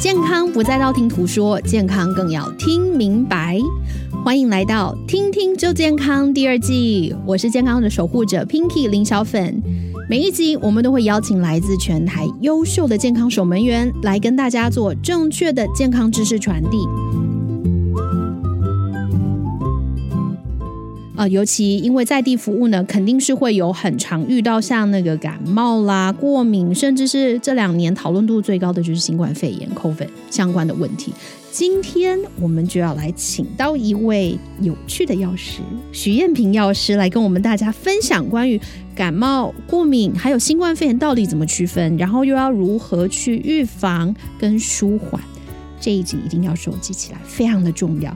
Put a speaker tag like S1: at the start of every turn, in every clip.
S1: 健康不再道听途说，健康更要听明白。欢迎来到《听听就健康》第二季，我是健康的守护者 Pinky 林小粉。每一集我们都会邀请来自全台优秀的健康守门员，来跟大家做正确的健康知识传递。呃，尤其因为在地服务呢，肯定是会有很常遇到像那个感冒啦、过敏，甚至是这两年讨论度最高的就是新冠肺炎 （COVID） 相关的问题。今天我们就要来请到一位有趣的药师许燕平药师来跟我们大家分享关于感冒、过敏还有新冠肺炎到底怎么区分，然后又要如何去预防跟舒缓。这一集一定要收集起来，非常的重要。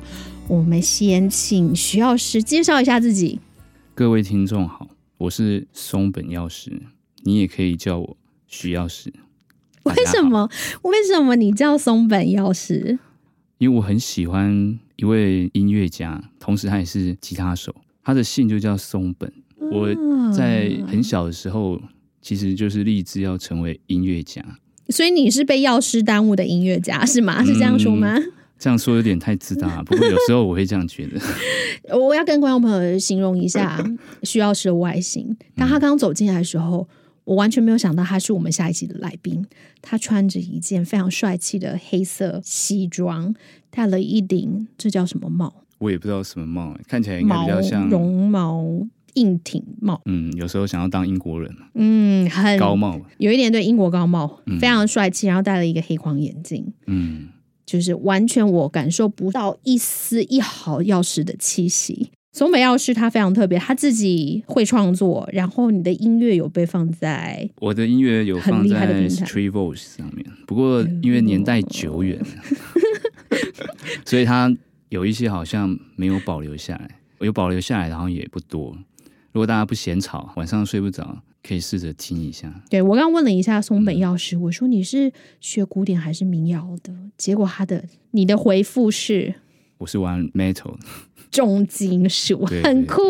S1: 我们先请徐药师介绍一下自己。
S2: 各位听众好，我是松本药师，你也可以叫我徐药师。大
S1: 为
S2: 家好
S1: 什？么？为什么你叫松本药师？
S2: 因为我很喜欢一位音乐家，同时他也是吉他手，他的姓就叫松本。我在很小的时候，其实就是立志要成为音乐家。
S1: 所以你是被药师耽误的音乐家是
S2: 嗯
S1: 吗？是这样说吗？
S2: 这样说有点太自大，不过有时候我会这样觉得。
S1: 我要跟观众朋友形容一 下徐药师的外形。当他刚走进来的时候，我完全没有想到他是我们下一集的来宾。他穿着一件非常帅气的黑色西装，戴了一顶这叫什么帽？
S2: 我也不知道什么帽，看起来应该
S1: 毛
S2: 比较像……
S1: 绒毛硬挺帽。
S2: 嗯，有时候想要当英国人，
S1: 嗯，很
S2: 高帽吧。
S1: 有一点对英国高帽，
S2: 嗯
S1: 非常帅气，然后戴了一个黑框眼镜，
S2: 嗯，
S1: 就是完全我感受不到一丝一毫药师的气息。松本药师他非常特别，他自己会创作，然后你的音乐有被放在
S2: 我的音乐有
S1: 很
S2: 放
S1: 厉害的
S2: 在
S1: 平台
S2: Street Voice 上面，不过因为年代久远，
S1: 嗯
S2: 所以它有一些好像没有保留下来，有保留下来的好像也不多。如果大家不嫌吵，晚上睡不着，可以试着听一下。
S1: 对我刚问了一下松本药师，我说你是学古典还是民谣的？结果他的你的回复是
S2: 我是玩 metal，
S1: 重金属，
S2: 对
S1: 很酷，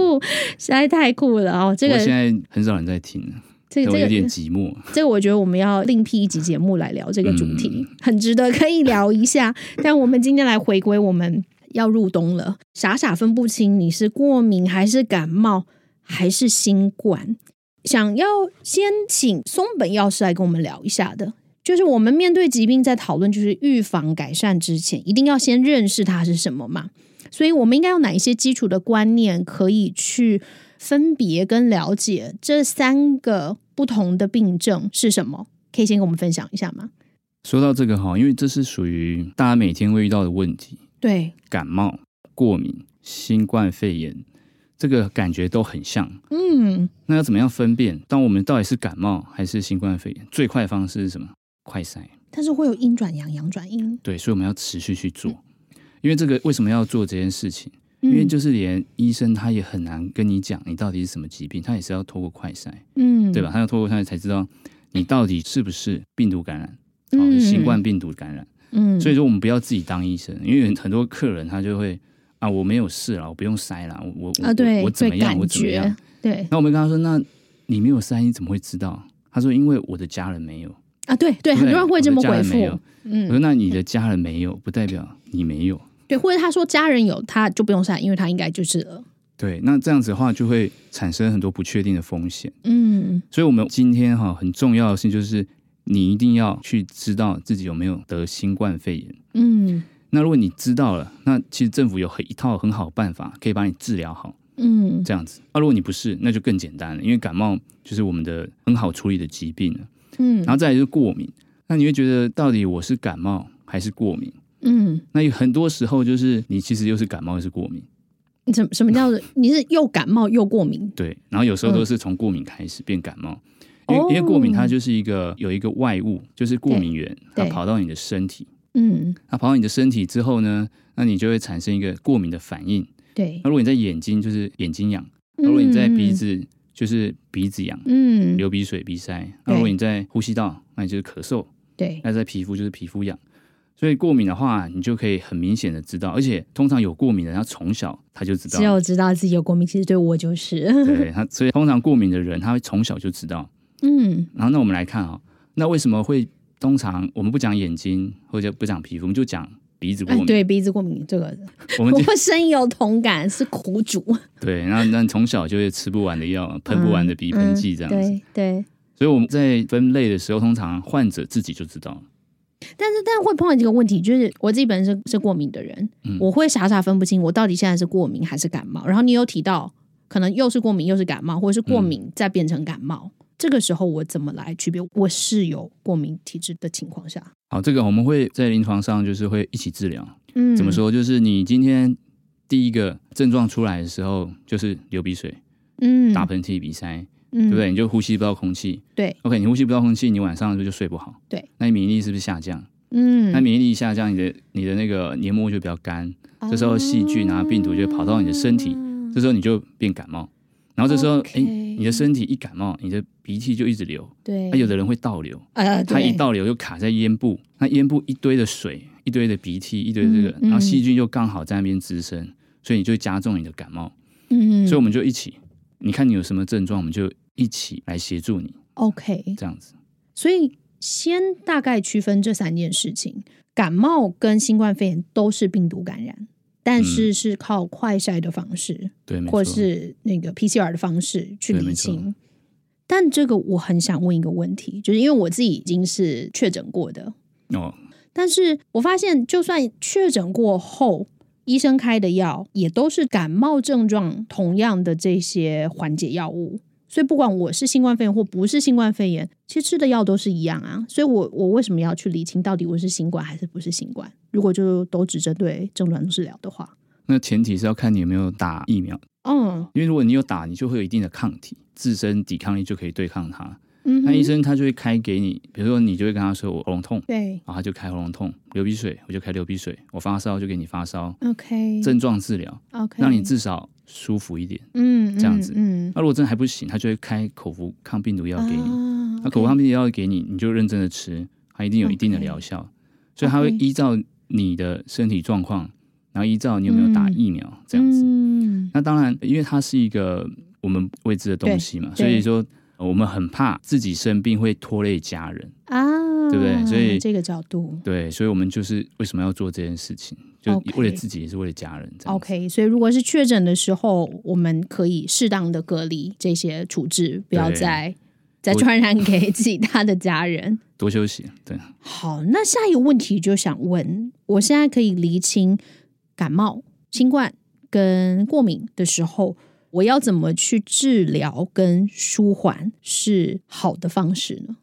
S1: 实在太酷了哦！这
S2: 不
S1: 个
S2: 过现在很少人在听了，
S1: 这个
S2: 我
S1: 这
S2: 有
S1: 个
S2: 点寂寞。
S1: 这个我觉得我们要另辟一集节目来聊这个主题，很值得可以聊一下。 但我们今天来回归，我们要入冬了，傻傻分不清你是过敏还是感冒还是新冠。想要先请松本药师来跟我们聊一下的，就是我们面对疾病在讨论，就是预防改善之前，一定要先认识它是什么嘛。所以我们应该有哪一些基础的观念可以去分别跟了解这三个不同的病症是什么？可以先跟我们分享一下吗？
S2: 说到这个哈，因为这是属于大家每天会遇到的问题，
S1: 对，
S2: 感冒、过敏、新冠肺炎，这个感觉都很像。
S1: 嗯，
S2: 那要怎么样分辨？当我们到底是感冒还是新冠肺炎？最快的方式是什么？快筛。
S1: 但是会有阴转阳，阳转阴，
S2: 对，所以我们要持续去做。因为这个为什么要做这件事情？
S1: 嗯
S2: 因为就是连医生他也很难跟你讲你到底是什么疾病，他也是要透过快筛，
S1: 嗯，
S2: 对吧？？他要透过快筛才知道你到底是不是病毒感染，好、
S1: 嗯
S2: 新冠病毒感染。
S1: 嗯，
S2: 所以说我们不要自己当医生，因为很多客人他就会啊，我没有事啦，我不用筛啦，我我我、
S1: 啊，对，
S2: 我我怎么
S1: 对
S2: 样，
S1: 感
S2: 我怎么样
S1: 觉？对
S2: 那我们跟他说，那你没有三一怎么会知道？他说，因为我的家人没有。
S1: 啊，对对，
S2: 对
S1: 很多人会这么
S2: 我
S1: 回
S2: 的家人没有
S1: 复，
S2: 我说，
S1: 嗯，
S2: 那你的家人没有，不代表你没有。
S1: 对，或者他说家人有，他就不用晒，因为他应该就是了，
S2: 对，那这样子的话就会产生很多不确定的风险。
S1: 嗯
S2: 所以，我们今天哈很重要的事情就是，你一定要去知道自己有没有得新冠肺炎。
S1: 嗯
S2: 那如果你知道了，那其实政府有很一套很好的办法可以把你治疗好，
S1: 嗯
S2: 这样子。啊那、如果你不是，那就更简单了，因为感冒就是我们的很好处理的疾病了。
S1: 嗯
S2: 然后再来就是过敏，那你会觉得到底我是感冒还是过敏？
S1: 嗯，
S2: 那有很多时候就是你其实又是感冒又是过敏，
S1: 你怎么什么叫做你是又感冒又过敏？
S2: 对，然后有时候都是从过敏开始变感冒，因
S1: 哦
S2: 为因为过敏它就是一个有一个外物，就是过敏源，
S1: 对
S2: 它
S1: 对
S2: 跑到你的身体，
S1: 嗯，
S2: 它跑到你的身体之后呢，那你就会产生一个过敏的反应。
S1: 对
S2: 那，如果你在眼睛就是眼睛痒，那
S1: 嗯
S2: 如果你在鼻，子就是鼻子痒，
S1: 嗯，嗯
S2: 流鼻水、鼻塞，那如果你在呼吸道，那你就是咳嗽，
S1: 对，
S2: 那在皮肤就是皮肤痒。所以过敏的话，你就可以很明显的知道，而且通常有过敏的人，他从小他就知道
S1: 只，有知道自己有过敏，其实对我就是，
S2: 对他，所以通常过敏的人，他会从小就知道。
S1: 嗯
S2: 然后那我们来看啊、那为什么会通常我们不讲眼睛或者不讲皮肤，我们就讲鼻子过
S1: 哎，
S2: 敏。
S1: 对，鼻子过敏这个，
S2: 我们就
S1: 我深有同感，是苦主，
S2: 对，然后那从小就会吃不完的药，喷不完的鼻喷剂这样子。
S1: 嗯对
S2: 所以我们在分类的时候，通常患者自己就知道了。
S1: 对，但是但会碰到一个问题，就是我自己本身是是过敏的人，
S2: 嗯
S1: 我会傻傻分不清我到底现在是过敏还是感冒。然后你有提到，可能又是过敏又是感冒，或者是过
S2: 嗯
S1: 敏再变成感冒，这个时候我怎么来区别我是有过敏体质的情况下？
S2: 好，这个我们会在临床上就是会一起治疗。
S1: 嗯，
S2: 怎么？说？就是你今天第一个症状出来的时候，就是流鼻水、
S1: 嗯，
S2: 打喷嚏、鼻塞，
S1: 嗯，
S2: 对不对？你就呼吸不到空气。
S1: 对
S2: OK，你呼吸不到空气，你晚上是不是就睡不好？
S1: 对，
S2: 那你免疫力是不是下降？
S1: 嗯，
S2: 那免疫力下降，你的你的那个黏膜就比较干，这时候细菌
S1: 哦
S2: 啊病毒就会跑到你的身体
S1: 啊
S2: 这时候你就变感冒。然后这时候，哎
S1: OK
S2: 你的身体一感冒，你的鼻涕就一直流。
S1: 对，
S2: 那、有的人会倒流，
S1: 呃，
S2: 它一
S1: 对
S2: 倒流就卡在咽部，那咽部一堆的水，一堆的鼻涕，一堆的这个，
S1: 嗯嗯
S2: 然后细菌又刚好在那边滋生，所以你就加重你的感冒。
S1: 嗯，
S2: 所以我们就一起，你看你有什么症状，我们就一起来协助你
S1: OK，
S2: 这样子。
S1: 所以先大概区分这三件事情：感冒跟新冠肺炎都是病毒感染，但是是靠快筛的方式，
S2: 对，嗯没错
S1: 或。是那个 PCR 的方式去
S2: 对
S1: 理
S2: 没错
S1: 清。但这个我很想问一个问题，就是因为我自己已经是确诊过的，
S2: 哦，
S1: 但是我发现，就算确诊过后，医生开的药也都是感冒症状同样的这些缓解药物。所以不管我是新冠肺炎或不是新冠肺炎，其实吃的药都是一样啊。所以我我为什么要去理清到底我是新冠还是不是新冠？如果就都只针对症状治疗的话，
S2: 那前提是要看你有没有打疫苗，
S1: 嗯
S2: 因为如果你有打，你就会有一定的抗体，自身抵抗力就可以对抗它。
S1: 嗯哼，
S2: 那医生他就会开给你，比如说你就会跟他说我喉咙痛，
S1: 对
S2: 然后他就开喉咙痛，流鼻水我就开流鼻水，我发烧就给你发烧，
S1: ，OK，
S2: 症状治疗，
S1: OK，
S2: 让你至少舒服一点。
S1: 嗯
S2: 这样子
S1: 嗯，嗯
S2: 那如果真的还不行，他就会开口服抗病毒药给你。
S1: 啊
S2: 那口服
S1: OK
S2: 抗病毒药给你，你就认真的吃，它一定有一定的疗效。所以它会
S1: OK
S2: 依照你的身体状况，然后依照你有没有打
S1: 嗯
S2: 疫苗、这样子。
S1: 嗯
S2: 那当然，因为它是一个我们未知的东西嘛，所
S1: 对
S2: 以说呃我们很怕自己生病会拖累家人。
S1: 啊，
S2: 对不对所以
S1: 这个角度，
S2: 对，所以我们就是为什么要做这件事情，就
S1: OK
S2: 为了自己，也是为了家人。这样子
S1: OK，所以如果是确诊的时候，我们可以适当的隔离这些处置，不要
S2: 对
S1: 再再
S2: 我
S1: 传染给其他的家人。
S2: 多休息。对，
S1: 好，那下一个问题就想问，我现在可以厘清感冒、新冠跟过敏的时候，我要怎么去治疗跟舒缓是好的方式呢？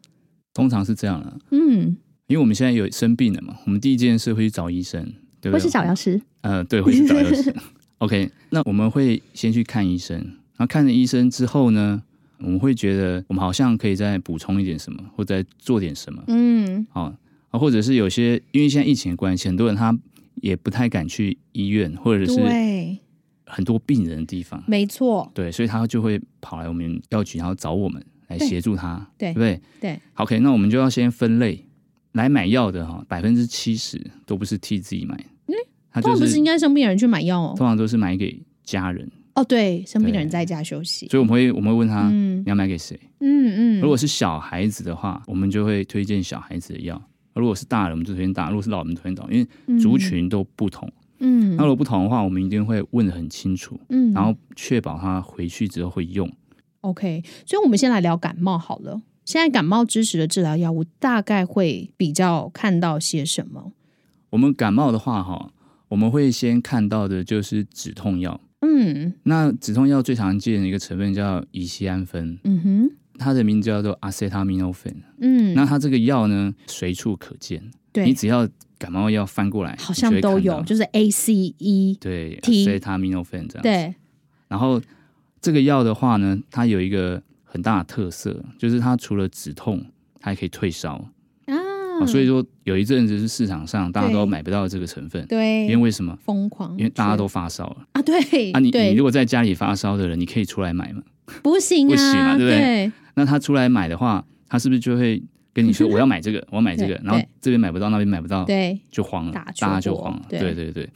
S2: 通常是这样了，
S1: 嗯，
S2: 因为我们现在有生病了嘛，我们第一件事会去找医生，对不对？
S1: 或是找药师，
S2: 呃，对，会去找药师。OK，那我们会先去看医生，然后看了医生之后呢，我们会觉得我们好像可以再补充一点什么，或者再做点什么，
S1: 嗯
S2: 好、啊，或者是有些因为现在疫情的关系，很多人他也不太敢去医院，或者是
S1: 对，
S2: 很多病人的地方，
S1: 没错，
S2: 对，所以他就会跑来我们药局，然后找我们来
S1: 对
S2: 协助他，
S1: 对
S2: 不对？
S1: 对，
S2: OK，那我们就要先分类，来买药的哈、百分之七十都不是替自己买，他
S1: 嗯通
S2: 就
S1: 常不是应该生病的人去买药哦。
S2: 通常都是买给家人，
S1: 哦，对，生病的
S2: 对
S1: 人在家休息。
S2: 所以我们会我们会问他、
S1: 嗯
S2: 你要买给谁？
S1: 嗯嗯，
S2: 啊如果是小孩子的话，我们就会推荐小孩子的药；如果是大人，我们就推荐大人；如果是老人，我们就推荐老人，因为族群都不同。
S1: 嗯，
S2: 那如果不同的话，我们一定会问的很清楚，
S1: 嗯，
S2: 然后确保他回去之后会用。
S1: OK，所以我们先来聊感冒好了。现在感冒支持的治疗药物大概会比较看到些什么？
S2: 我们感冒的话，哈，我们会先看到的就是止痛药。
S1: 嗯
S2: 那止痛药最常见的一个成分叫乙酰氨酚，
S1: 嗯哼
S2: 它的名字叫做 acetaminophen。
S1: 嗯，
S2: 那它这个药呢，随处可见。你
S1: 对，
S2: 只要感冒药翻过来，
S1: 好
S2: 你
S1: 像
S2: 就会
S1: 都
S2: 看
S1: 有，
S2: 到
S1: 就是 E ACE，
S2: 对
S1: T
S2: acetaminophen 这样。，
S1: 对，
S2: 然后这个药的话呢，它有一个很大的特色，就是它除了止痛，它还可以退烧、
S1: 啊
S2: 啊所以说有一阵子是市场上大家
S1: 对
S2: 都买不到这个成分，因为
S1: 对，
S2: 为什么？
S1: 疯狂，
S2: 因为大家都发烧了
S1: 啊，对
S2: 啊你，你
S1: 对
S2: 如果在家里发烧的人，你可以出来买嘛。
S1: 不行
S2: 不行
S1: 啊，
S2: 嘛对不对
S1: 对？
S2: 那他出来买的话，他是不是就会跟你说 我要买这个，我要买这个
S1: 对，
S2: 然后
S1: 对
S2: 这边买不到，那边买不到，
S1: 对
S2: 就慌了，
S1: 打
S2: 大
S1: 全
S2: 家就
S1: 国
S2: 慌了。
S1: 对
S2: 对对对，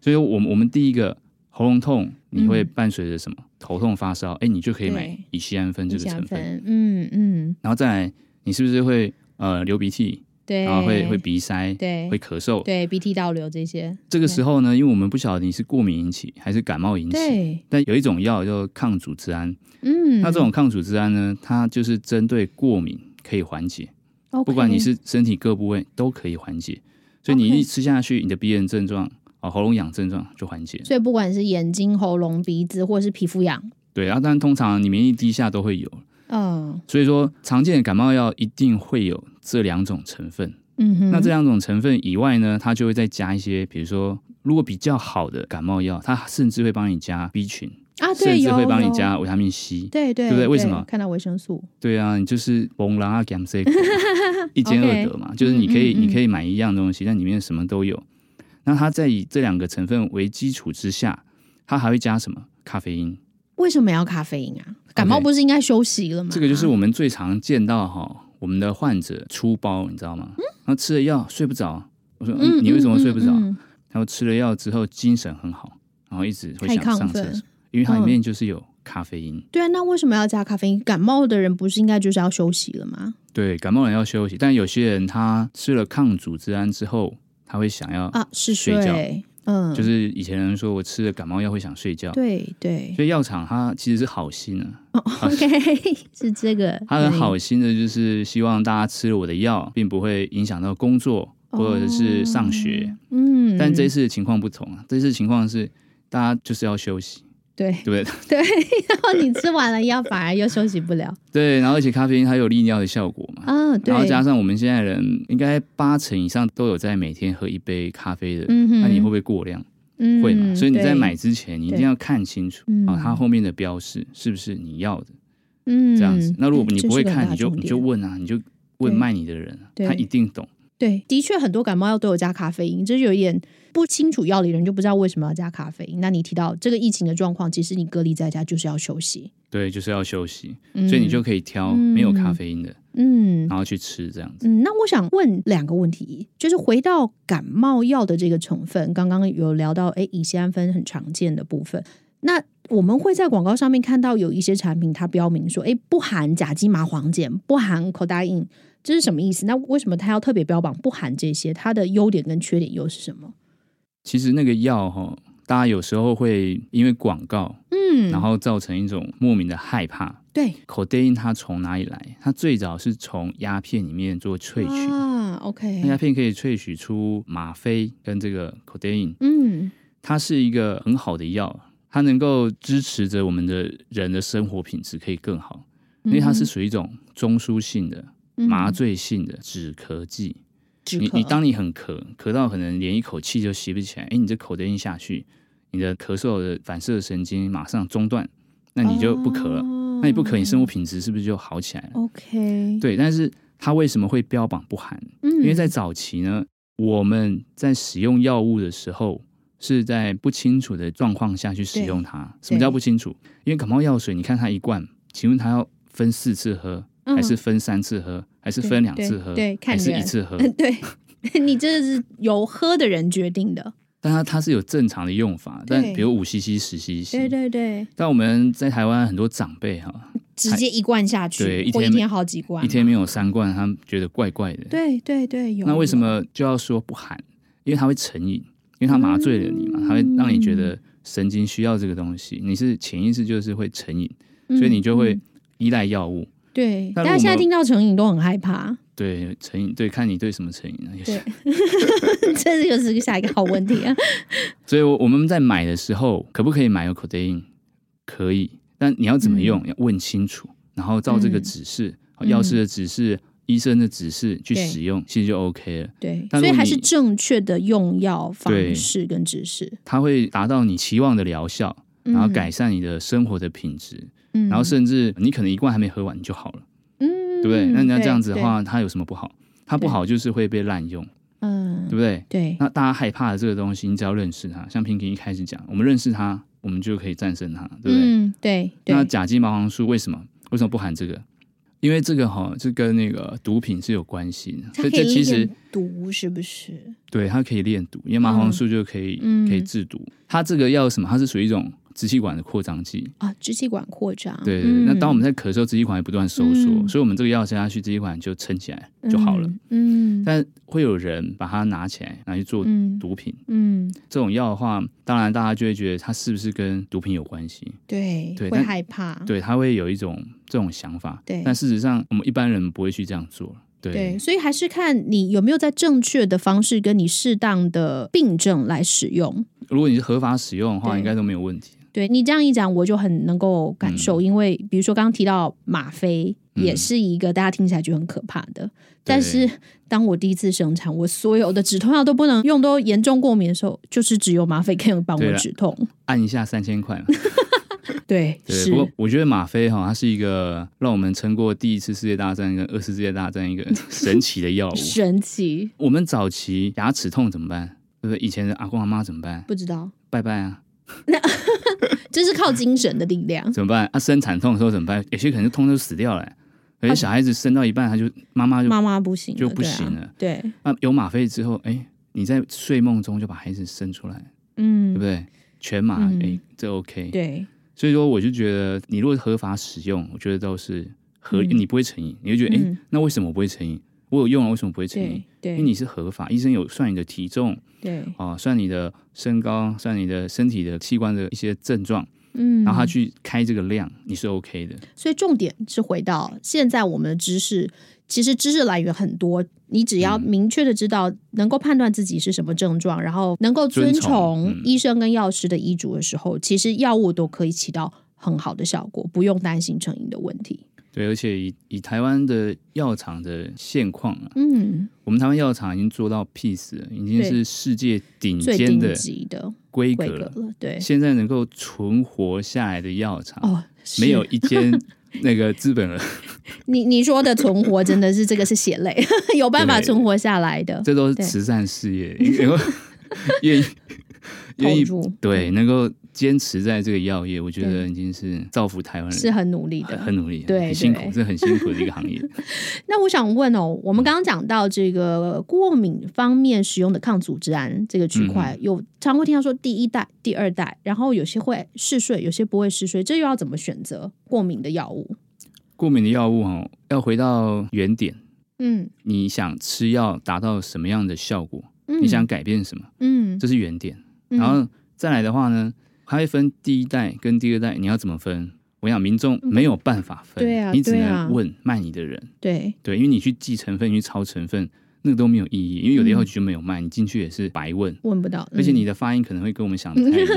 S2: 所以我们我们第一个喉咙痛，你会
S1: 嗯
S2: 伴随着什么？头痛、发烧，哎，你就可以买
S1: 对
S2: 乙酰氨酚这
S1: 一
S2: 个
S1: 下
S2: 成分。
S1: 分，嗯嗯
S2: 然后再来，你是不是会呃流鼻涕、
S1: 对，
S2: 然后会会鼻塞，
S1: 对
S2: 会咳嗽。
S1: 对鼻涕倒流这些，
S2: 这个时候呢，因为我们不晓得你是过敏引起还是感冒引起，
S1: 对，
S2: 但有一种药叫抗组织胺，
S1: 嗯，
S2: 那这种抗组织胺呢，它就是针对过敏可以缓解，
S1: OK
S2: 不管你是身体各部位都可以缓解。所以你
S1: OK
S2: 一吃下去，你的鼻炎症状、哦喉咙痒症状就缓解。
S1: 所以不管是眼睛、喉咙、鼻子，或是皮肤痒，
S2: 对，然后但通常你免疫低下都会有，
S1: 嗯
S2: 所以说常见的感冒药一定会有这两种成分。
S1: 嗯哼，
S2: 那这两种成分以外呢，它就会再加一些，比如说如果比较好的感冒药，它甚至会帮你加 B 群，
S1: 啊，对，
S2: 甚至
S1: 有
S2: 会帮你，
S1: 有
S2: 加维他命 C。
S1: 对对
S2: 对不对为什么
S1: 看到维生素，
S2: 对啊，你就是蒙拉啊 gam C，一兼二得嘛，就是你可以
S1: 嗯嗯嗯
S2: 你可以买一样东西，但里面什么都有。那它在以这两个成分为基础之下，它还会加什么？咖啡因。
S1: 为什么要咖啡因啊？感冒
S2: OK
S1: 不是应该休息了吗？
S2: 这个就是我们最常见到哈，我们的患者出包，你知道吗？然后吃了药睡不着，我说、嗯、你为什么睡不着？
S1: 嗯嗯
S2: 他说吃了药之后精神很好，然后一直会想
S1: 太亢
S2: 上厕
S1: 奋
S2: 所，因为它里
S1: 嗯
S2: 面就是有咖啡因。
S1: 对啊，那为什么要加咖啡因？感冒的人不是应该就是要休息了吗？
S2: 对，感冒人要休息，但有些人他吃了抗组织胺之后，他会想要，
S1: 啊，是
S2: 哦睡觉
S1: 睡，嗯，
S2: 就是以前人说我吃了感冒药会想睡觉，
S1: 对对
S2: 所以药厂它其实是好心啊，
S1: 哦，OK，是 这个，
S2: 它很
S1: 对
S2: 好心的就是希望大家吃了我的药，并不会影响到工作或者是上学。
S1: 嗯，
S2: 但这次的情况不同啊，这次情况是大家就是要休息，
S1: 对
S2: 对不对？
S1: 对，然后你吃完了药反而又休息不了，
S2: 对，然后而且咖啡因它有利尿的效果嘛，
S1: 啊，对，
S2: 啊然后加上我们现在人应该八成以上都有在每天喝一杯咖啡的，
S1: 嗯哼
S2: 那你会不会过量？
S1: 嗯
S2: 会嘛？所以你在
S1: 对
S2: 买之前，你一定要看清楚
S1: 对
S2: 啊
S1: 嗯，
S2: 它后面的标示是不是你要的
S1: 嗯
S2: 这样子。那如果你不会看，
S1: 这是
S2: 你就
S1: 个很大重点
S2: 你就问啊，你就问
S1: 对
S2: 卖你的人啊，
S1: 对
S2: 他一定懂。
S1: 对，的确很多感冒药都有加咖啡因，这就有一点不清楚药理人就不知道为什么要加咖啡因。那你提到这个疫情的状况，其实你隔离在家就是要休息，
S2: 对，就是要休息，
S1: 嗯
S2: 所以你就可以挑
S1: 嗯
S2: 没有咖啡因的，
S1: 嗯。
S2: 然后去吃这样子。
S1: 嗯，那我想问两个问题，就是回到感冒药的这个成分，刚刚有聊到，哎，乙酰氨酚很常见的部分。那我们会在广告上面看到有一些产品，它标明说，哎，不含甲基麻黄碱，不含 c o d a i n 这是什么意思？那为什么它要特别标榜不含这些？它的优点跟缺点又是什么？
S2: 其实那个药哈，大家有时候会因为广告，
S1: 嗯
S2: 然后造成一种莫名的害怕。
S1: 对，
S2: 口 d a i n 它从哪里来？它最早是从鸦片里面做萃取，
S1: 啊，OK，
S2: 那鸦片可以萃取出吗啡跟这个 c o d a i n
S1: 嗯
S2: 它是一个很好的药，它能够支持着我们的人的生活品质可以更好，因为它
S1: 嗯
S2: 是属于一种中枢性的、麻醉性的止咳剂。
S1: 止
S2: 你
S1: 咳
S2: 你当你很咳，咳到可能连一口气都吸不起来，哎，你这口 d a i n 下去，你的咳嗽的反射神经马上中断，那你就不咳了。
S1: 哦
S2: 那你不咳，你生活品质是不是就好起来了？
S1: OK，，
S2: 对，但是它为什么会标榜不含？
S1: 嗯，
S2: 因为在早期呢，我们在使用药物的时候是在不清楚的状况下去使用它。什么叫不清楚？因为感冒药水，你看它一罐，请问它要分四次喝，
S1: 嗯
S2: 还是分三次喝，还是分两次喝，
S1: 对对对
S2: 还是
S1: 看人
S2: 一次喝？
S1: 对。你这是由喝的人决定的，
S2: 但它它是有正常的用法，
S1: 对
S2: 但比如五 cc、十 cc。
S1: 对对对，
S2: 但我们在台湾很多长辈哈，
S1: 直接一罐下
S2: 对
S1: 去，
S2: 一
S1: 或一
S2: 天
S1: 天好几罐，
S2: 一天没有三罐，他们觉得怪怪的。
S1: 对对对，有。
S2: 那为什么就要说不含？因为它会成瘾，因为它麻醉了你嘛，它会让你觉
S1: 嗯
S2: 得神经需要这个东西，你是潜意识就是会成瘾，
S1: 有？
S2: 所以你就会
S1: 嗯
S2: 依赖药物。
S1: 嗯对，大
S2: 那如果
S1: 家现在
S2: 我们
S1: 听到成瘾都很害怕，
S2: 对，成瘾，对，看你对什么成瘾啊。有些
S1: 这就是下一个好问题 啊。
S2: 所以，我我们在买的时候，可不可以买有 codeine？可以，但你要怎么用，要问清楚，然后照这个
S1: 嗯
S2: 指示，
S1: 嗯
S2: 药师的指示、医生的指示去
S1: 对
S2: 使用，其实就 OK 了。
S1: 对，
S2: 但
S1: 所以
S2: 如果
S1: 还是
S2: 你
S1: 正确的用药方
S2: 对
S1: 式跟知识，
S2: 它会达到你期望的疗效，然后
S1: 嗯
S2: 改善你的生活的品质。
S1: 嗯
S2: 然后甚至你可能一罐还没喝完就好了，
S1: 嗯，
S2: 对不对？那你要这样子的
S1: 对，
S2: 话，它有什么不好？它不好就是会被滥用，
S1: 对嗯
S2: 对，不对？
S1: 对，
S2: 那大家害怕的这个东西，你只要认识它，像 Pinky 一开始讲，我们认识它，我们就可以战胜它，对不对？
S1: 嗯，对对，
S2: 那甲基麻黄素为什么为什么不含这个？因为这个哈、是跟那个毒品是有关系的，
S1: 它
S2: 这
S1: 可以
S2: 这其实
S1: 炼毒是不是？
S2: 对它可以炼毒，因为麻黄素就可以、
S1: 嗯
S2: 可以制毒。它这个药什么？它是属于一种支气管的扩张剂。
S1: 啊，支气管扩张。
S2: 对对对，那当我
S1: 嗯
S2: 们在咳嗽，支气管也不断收缩，
S1: 嗯
S2: 所以我们这个药吃下去，支气管就撑起来就好了。。
S1: 嗯，嗯
S2: 但会有人把它拿起来拿去做
S1: 嗯
S2: 毒品，
S1: 嗯，
S2: 这种药的话，当然大家就会觉得它是不是跟毒品有关系？
S1: 对，
S2: 对
S1: 会
S2: 但
S1: 害怕。
S2: 对，他会有一种这种想法。
S1: 对
S2: 但事实上我们一般人不会去这样做。对，
S1: 对，所以还是看你有没有在正确的方式跟你适当的病症来使用。
S2: 如果你是合法使用的话，
S1: 对
S2: 应该都没有问题。
S1: 对你这样一讲，我就很能够感受，因为比如说刚刚提到吗啡，
S2: 嗯
S1: 也是一个大家听起来觉得很可怕的。但是当我第一次生产，我所有的止痛药都不能用，都严重过敏的时候，就是只有吗啡可以帮
S2: 对啊
S1: 我
S2: 啦
S1: 止痛。
S2: 按一下三千块 嘛，
S1: 对，
S2: 对。
S1: 是
S2: 不过我觉得吗啡哈，它是一个让我们撑过第一次世界大战跟二次世界大 战一个神奇的药物。
S1: 神奇，
S2: 我们早期牙齿痛怎么办？对不对？以前的阿公阿妈怎么办？
S1: 不知道
S2: 拜拜啊，
S1: 这是靠精神的力量。
S2: 怎么办？啊，生产痛的时候怎么办？有些可能痛就死掉了、有些小孩子生到一半，他就妈妈就
S1: 啊妈妈不行了
S2: 就不
S1: 对啊
S2: 行了
S1: 对，
S2: 啊，有吗啡之后，哎，你在睡梦中就把孩子生出来，对
S1: 嗯，
S2: 不对？全麻，
S1: 嗯
S2: 哎，这 OK。
S1: 对，
S2: 所以说，我就觉得你如果合法使用，我觉得都是合，
S1: 嗯
S2: 你不会成瘾，你会觉得，哎
S1: 嗯，
S2: 那为什么我不会成瘾？我有用了，为什么不会成瘾
S1: 对？，对，
S2: 因为你是合法，医生有算你的体重
S1: 对，
S2: 啊、算你的身高，算你的身体的器官的一些症状，
S1: 嗯，
S2: 然后他去开这个量，你是 OK 的。
S1: 所以重点是回到现在我们的知识，其实知识来源很多，你只
S2: 嗯
S1: 要明确的知道，能够判断自己是什么症状，然后能够遵
S2: 遵从
S1: 从
S2: 嗯
S1: 医生跟药师的医嘱的时候，其实药物都可以起到很好的效果，不用担心成瘾的问题。
S2: 对，而且以以台湾的药厂的现况啊，
S1: 嗯，
S2: 我们台湾药厂已经做到 peace 了，已经
S1: 对
S2: 是世界顶
S1: 最
S2: 尖
S1: 顶
S2: 的
S1: 级的
S2: 规格
S1: 规格
S2: 了。
S1: 了，对，
S2: 现在能够存活下来的药厂，
S1: 哦，是
S2: 没有一间那个 资本额，
S1: 你你说的存活真的是这个是血 泪， 有办法
S2: 对
S1: 存活下来的，
S2: 这都是
S1: 对
S2: 慈善 事业，因为愿意愿意
S1: 投入
S2: 对能够坚持在这个药业，我觉得已经是造福台湾人，
S1: 是很努力的
S2: 很。很努力，
S1: 对
S2: 很辛
S1: 对
S2: 苦，是很辛苦的一个行 业。
S1: 那我想问哦，我们
S2: 嗯
S1: 刚刚讲到这个过敏方面使用的抗组织胺这个
S2: 嗯
S1: 区块，有常会听到说第一代、第二代，然后有些会嗜睡，有些不会嗜睡，这又要怎么选择过敏的药物？
S2: 过敏的药物哦，要回到原点，
S1: 嗯
S2: 你想吃药达到什么样的效果？
S1: 嗯，
S2: 你想改变什么？
S1: 嗯，
S2: 这是原点。
S1: 嗯
S2: 然后再来的话呢，它会分第一代跟第二代，你要怎么分？我想民众没有办法分，
S1: 嗯对啊
S2: 你只
S1: 对啊
S2: 能问卖你的人，
S1: 对
S2: 对，因为你去记成分、去抄成分，那个都没有意义，因为有的药局就没有卖，你进去也是白问。
S1: 问不到，嗯
S2: 而且你的发音可能会跟我们想的不太一样，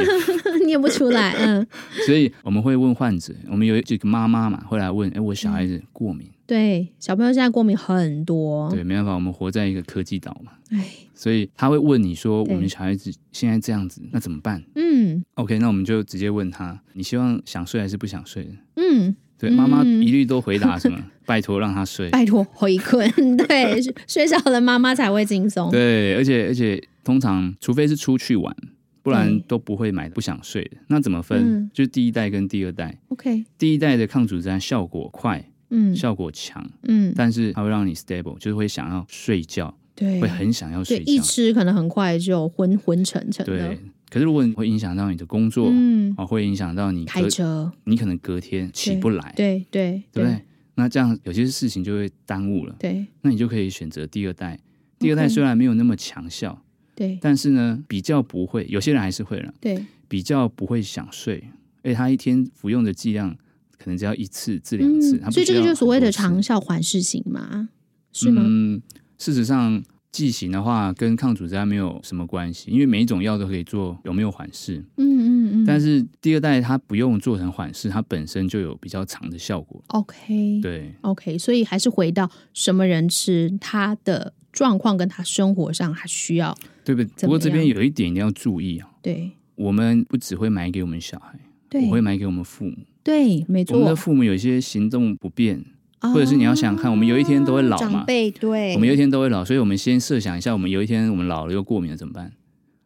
S1: 念不出 来，嗯，
S2: 所以我们会问患者。我们有几个妈妈嘛，会来问：“哎，我小孩子过敏。
S1: 对，小朋友现在过敏很多，
S2: 对，没办法，我们活在一个科技岛嘛，
S1: 哎，
S2: 所以他会问你说：“
S1: 对
S2: 我们小孩子现在这样子，那怎么办
S1: 嗯？”
S2: OK，那我们就直接问他：“你希望想睡还是不想睡？”
S1: 嗯，
S2: 对，
S1: 嗯
S2: 妈妈一律都回答 什么？拜托让他睡。
S1: 拜托回困， 对，睡着了妈妈才会轻松，
S2: 对，而且而且通常，除非是出去玩，不
S1: 对
S2: 然都不会买不想睡的。那怎么分？
S1: 嗯
S2: 就是第一代跟第二代。
S1: ，OK，
S2: 第一代的抗组织胺效果快，
S1: 嗯
S2: 效果强，
S1: 嗯，
S2: 但是它会让你 stable，就是会想要睡觉，
S1: 对，
S2: 会很想要
S1: 对，
S2: 睡
S1: 一
S2: 觉。
S1: 吃可能很快就昏昏沉沉的
S2: 对。，可是如果你会影响到你的工作，
S1: 嗯，
S2: 啊，会影响到你
S1: 开
S2: 隔，
S1: 车，
S2: 你可能隔天起不来，
S1: 对对
S2: 对不对？那这样有些事情就会耽误了。
S1: 对
S2: 那你就可以选择第二代。第二
S1: OK
S2: 代虽然没有那么强效，
S1: 对
S2: 但是呢，比较不会，有些人还是会了，
S1: 对，
S2: 比较不会想睡，而且他一天服用的剂量可能只要一次至两次，
S1: 嗯
S2: 他不
S1: 所以这
S2: 需
S1: 个
S2: 要
S1: 就是所谓的
S2: 很多次
S1: 长效缓释型嘛，是吗？
S2: 嗯，事实上，剂型的话跟抗组织胺没有什么关系，因为每一种药都可以做有没有缓释，
S1: 嗯嗯嗯，
S2: 但是第二代它不用做成缓释，它本身就有比较长的效果。
S1: OK
S2: 对，
S1: OK，所以还是回到什么人吃，他的状况跟他生活上还需要
S2: 对不对？
S1: 怎
S2: 不过
S1: 么
S2: 这边
S1: 样
S2: 有一点一定要注意啊，
S1: 对
S2: 我们不只会买给我们小孩，
S1: 对
S2: 我会买给我们父母。
S1: 对，没
S2: 我们
S1: 错，
S2: 的父母有一些行动不便，或者是你要想看我们有一天都会老
S1: 啊
S2: 嘛
S1: 长辈对，
S2: 我们有一天都会老，所以我们先设想一下，我们有一天我们老了又过敏了怎么办？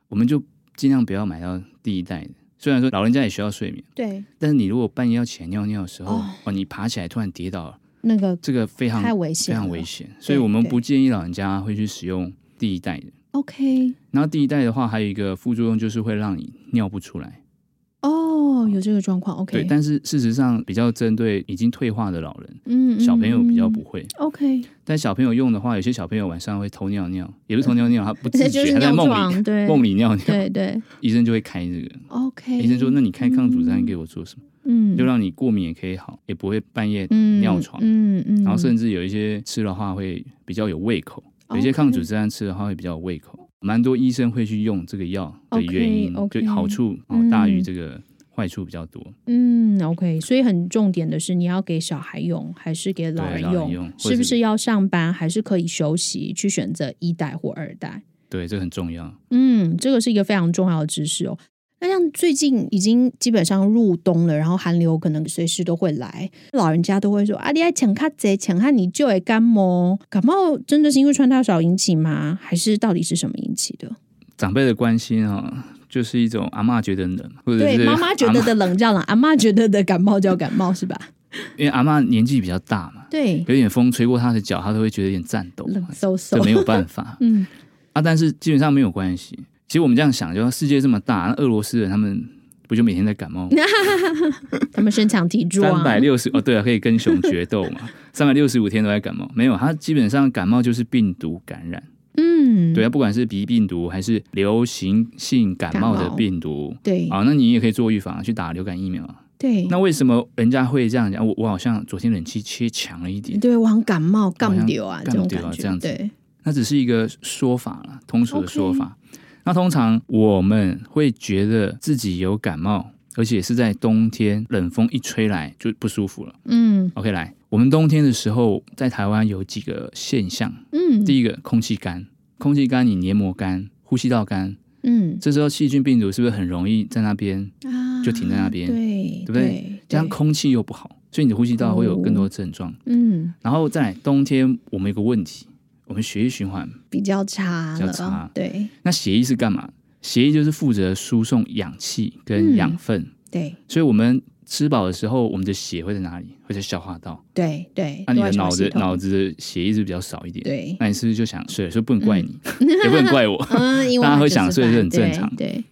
S2: 我们就尽量不要买到第一代的。虽然说老人家也需要睡眠，
S1: 对
S2: 但是你如果半夜要起来尿尿的时候，
S1: 哦
S2: 哦你爬起来突然跌倒了，
S1: 那个
S2: 这个非常
S1: 太危
S2: 非
S1: 险了，
S2: 常危险，所以我们
S1: 对
S2: 不建议老人家会去使用第一代的。
S1: OK
S2: 然后第一代的话，还有一个副作用就是会让你尿不出来，
S1: 哦，哦，有这个状况，OK，
S2: 对，但是事实上比较针对已经退化的老人，
S1: 嗯，嗯
S2: 小朋友比较不会。
S1: 嗯 OK，
S2: 但小朋友用的话，有些小朋友晚上会偷尿尿，也不是偷尿尿，他不
S1: 这
S2: 自
S1: 就是
S2: 觉，他在
S1: 尿
S2: 梦
S1: 床，
S2: 里
S1: 对，
S2: 梦里尿尿，
S1: 对对
S2: 医生就会开这个。
S1: ，OK，
S2: 医生说：“那你开抗组胺给我做什么？
S1: 哎嗯，
S2: 就让你过敏也可以好，也不会半夜
S1: 嗯
S2: 尿床。
S1: 嗯嗯，
S2: 然后甚至有一些吃的话会比较有胃口，有一些
S1: OK
S2: 抗组织胺吃的话会比较有胃口。蛮多医生会去用这个药的原因
S1: OK，OK
S2: 就好处哦大于
S1: 嗯
S2: 这个坏处哦比较多。
S1: 嗯，OK，所以很重点的是，你要给小孩用还是给老人
S2: 对老人用或者
S1: 是不
S2: 是
S1: 是要上班，还是可以休息，去选择一代或二代？
S2: 对，这很重要。
S1: 嗯，这个是一个非常重要的知识哦。那像最近已经基本上入冬了，然后寒流可能随时都会来，老人家都会说啊，你爱抢卡贼，抢卡你就会感冒。感冒真的是因为穿太少引起吗？还是到底是什么引起的？
S2: 长辈的关心哦，就是一种阿嬷觉得冷，或者
S1: 对，
S2: 是
S1: 妈妈觉
S2: 阿
S1: 得
S2: 嬷，
S1: 的冷叫冷，阿妈觉得的感冒叫感冒，是吧？
S2: 因为阿嬷年纪比较大嘛，
S1: 对，
S2: 有点风吹过她的脚，她都会觉得有点颤抖，
S1: 冷飕
S2: 这
S1: 飕。
S2: 没有 办法
S1: 嗯，
S2: 啊。但是基本上没有关系。其实我们这样想，就世界这么大，那俄罗斯人他们不就每天在感冒吗？
S1: 他们身强体壮、
S2: 三百六十哦，对啊，可以跟熊决斗 嘛，三百六十五天都在感冒，没有，它基本上感冒就是病毒感染，
S1: 嗯，
S2: 对啊，不管是鼻病毒还是流行性感冒
S1: 感
S2: 的
S1: 冒
S2: 病毒。
S1: 对
S2: 啊，那你也可以做预防，去打流感疫苗啊。
S1: 对，
S2: 那为什么人家会这样讲？我我好像昨天冷气切强了一点，
S1: 对我很感冒、干流啊这
S2: 干
S1: 种
S2: 掉啊
S1: 感觉，
S2: 这样子
S1: 对，
S2: 那只是一个说法啦，通俗的
S1: OK
S2: 说法。那通常我们会觉得自己有感冒，而且是在冬天冷风一吹来就不舒服了。
S1: 嗯
S2: OK，来，我们冬天的时候在台湾有几个现象，
S1: 嗯
S2: 第一个空气干，空气干你黏膜干、呼吸道干，
S1: 嗯
S2: 这时候细菌病毒是不是很容易在那边？
S1: 啊，
S2: 就停在那边
S1: 对
S2: 对不对加上空气又不好，所以你的呼吸道会有
S1: 哦
S2: 更多症状。
S1: 嗯
S2: 然后再来冬天，我们有个问题，我们血液循环，
S1: 比较差
S2: 比较
S1: 了，
S2: 差
S1: 对
S2: 那血液是干嘛？血液就是负责输送氧气
S1: 嗯
S2: 跟养分，
S1: 对
S2: 所以我们吃饱的时候，我们的血会在哪里？会在消化道。
S1: 对对，
S2: 那、你的
S1: 多少
S2: 脑
S1: 系
S2: 子
S1: 统
S2: 脑子的血液是比较少一点，
S1: 对，
S2: 那你是不是就想睡了？所以不能怪你， 也不能怪 我。
S1: 嗯，因为
S2: 大家
S1: 我们
S2: 会
S1: 吃
S2: 想睡
S1: 饭
S2: 是很正
S1: 对
S2: 常
S1: 对，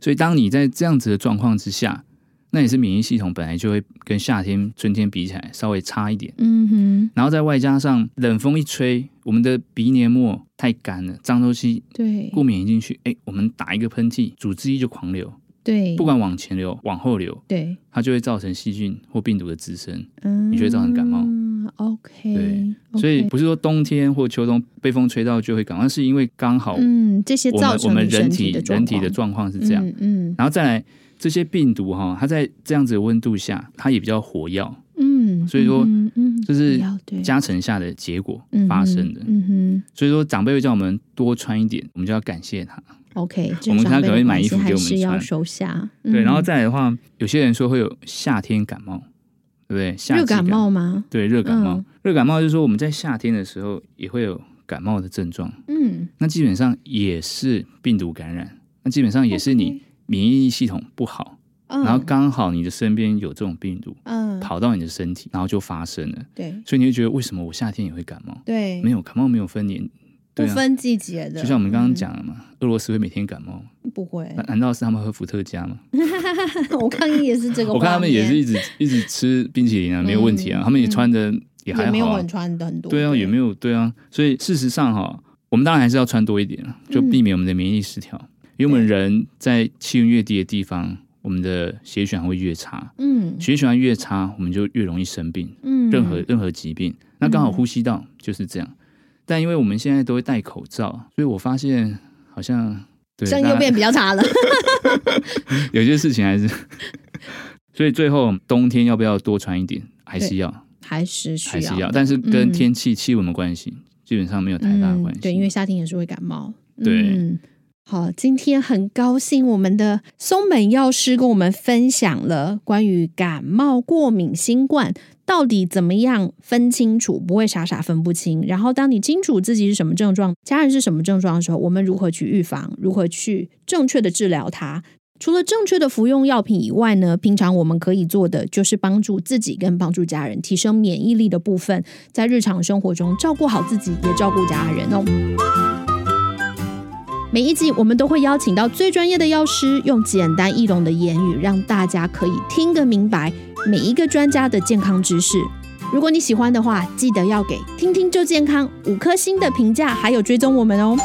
S2: 所以当你在这样子的状况之下，那也是免疫系统本来就会跟夏天、春天比起来稍微差一点。
S1: 嗯哼，
S2: 然后再外加上冷风一吹，我们的鼻黏膜太干了，脏东西
S1: 对
S2: 过敏进去，哎，我们打一个喷嚏，组织液就狂流，
S1: 对，
S2: 不管往前流、往后流，
S1: 对，
S2: 它就会造成细菌或病毒的滋生。
S1: 嗯，
S2: 你就会造成感冒
S1: 嗯，OK，
S2: 对所以
S1: OK
S2: 不是说冬天或秋冬被风吹到就会感冒，是因为刚好
S1: 嗯，这些
S2: 我
S1: 造
S2: 们我
S1: 成
S2: 们
S1: 你
S2: 人
S1: 身
S2: 体
S1: 的
S2: 人体的
S1: 状
S2: 状况是
S1: 况
S2: 这样。
S1: 嗯
S2: 然后再来这些病毒哈、它在这样子的温度下，它也比较活跃，
S1: 嗯嗯，
S2: 所以说
S1: 嗯嗯，
S2: 就是
S1: 比较对
S2: 加成下的结果
S1: 嗯
S2: 发
S1: 哼
S2: 生的。
S1: 嗯哼。
S2: 所以说长辈会叫我们多穿一点，我们就要感谢他。
S1: OK，
S2: 我们
S1: 这
S2: 看
S1: 长辈
S2: 可不可以
S1: 的
S2: 买衣服
S1: 关系
S2: 给
S1: 还
S2: 我们
S1: 是要
S2: 穿
S1: 收下。
S2: 对，
S1: 嗯
S2: 然后再来的话，有些人说会有夏天感冒，对不对？夏季
S1: 热感冒，吗？
S2: 对，热感冒
S1: 嗯，
S2: 热感冒就是说我们在夏天的时候也会有感冒的症状，
S1: 嗯，
S2: 那基本上也是病毒感染，那基本上也是你免疫系统不好，
S1: OK，嗯，
S2: 然后刚好你的身边有这种病毒
S1: 嗯，
S2: 跑到你的身体，然后就发生了，
S1: 对
S2: 所以你会觉得为什么我夏天也会感冒？
S1: 对，
S2: 没有感冒没有分年，
S1: 不
S2: 对啊，
S1: 分季节的，
S2: 就像我们刚刚
S1: 嗯
S2: 讲的嘛，俄罗斯会每天感冒，
S1: 不会
S2: 那，难道是他们喝伏特加吗？
S1: 我抗议也是这个画面，
S2: 我看他们也是一直一直吃冰淇淋啊，没有问题啊，他们也穿的也还
S1: 嗯也没有
S2: 好、啊
S1: 很，穿的很多，
S2: 对啊，也没有对啊，所以事实上哈、我们当然还是要穿多一点啊，
S1: 嗯
S2: 就避免我们的免疫失调，因为我们人在气温越低的地方，我们的血液循环会越差，
S1: 嗯
S2: 血液循环越差，我们就越容易生病，
S1: 嗯，
S2: 任何任何疾病。那刚好呼吸道就是这样，但因为我们现在都会戴口罩，所以我发现好像对
S1: 声
S2: 大
S1: 又
S2: 家
S1: 变比较差了，
S2: 有些事情 还是，所以最后冬天要不要多穿一点，还是要，
S1: 还是需
S2: 还是
S1: 要
S2: 要，但是跟
S1: 嗯
S2: 天气气温的关系、基本上没有太大的关系。
S1: 嗯。对，因为夏天也是会感冒。
S2: 对
S1: 嗯好，今天很高兴我们的松本药师跟我们分享了关于感冒、过敏、新冠到底怎么样分清楚，不会傻傻分不清。然后，当你清楚自己是什么症状、家人是什么症状的时候，我们如何去预防，如何去正确的治疗它。除了正确的服用药品以外呢，平常我们可以做的就是帮助自己跟帮助家人提升免疫力的部分，在 日常生活中照顾好自己，也照顾家人哦。每一集我们都会邀请到最专业的药师，用简单易懂的言语，让大家可以听个明白每一个专家的健康知识。如果你喜欢的话，记得要给“听听就健康”五颗星的评价，还有追踪我们哦。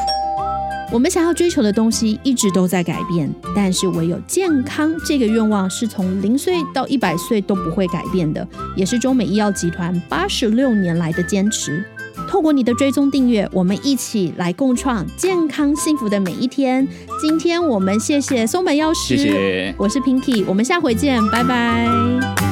S1: 我们想要追求的东西一直都在改变，但是唯有健康这个愿望是从零岁到一百岁都不会改变的，也是中美医药集团八十六年来的坚持。透过你的追踪订阅，我们一起来共创健康幸福的每一天。今天我们谢谢松本药师，
S2: 谢谢
S1: 我是 Pinky，我们下回见，拜拜。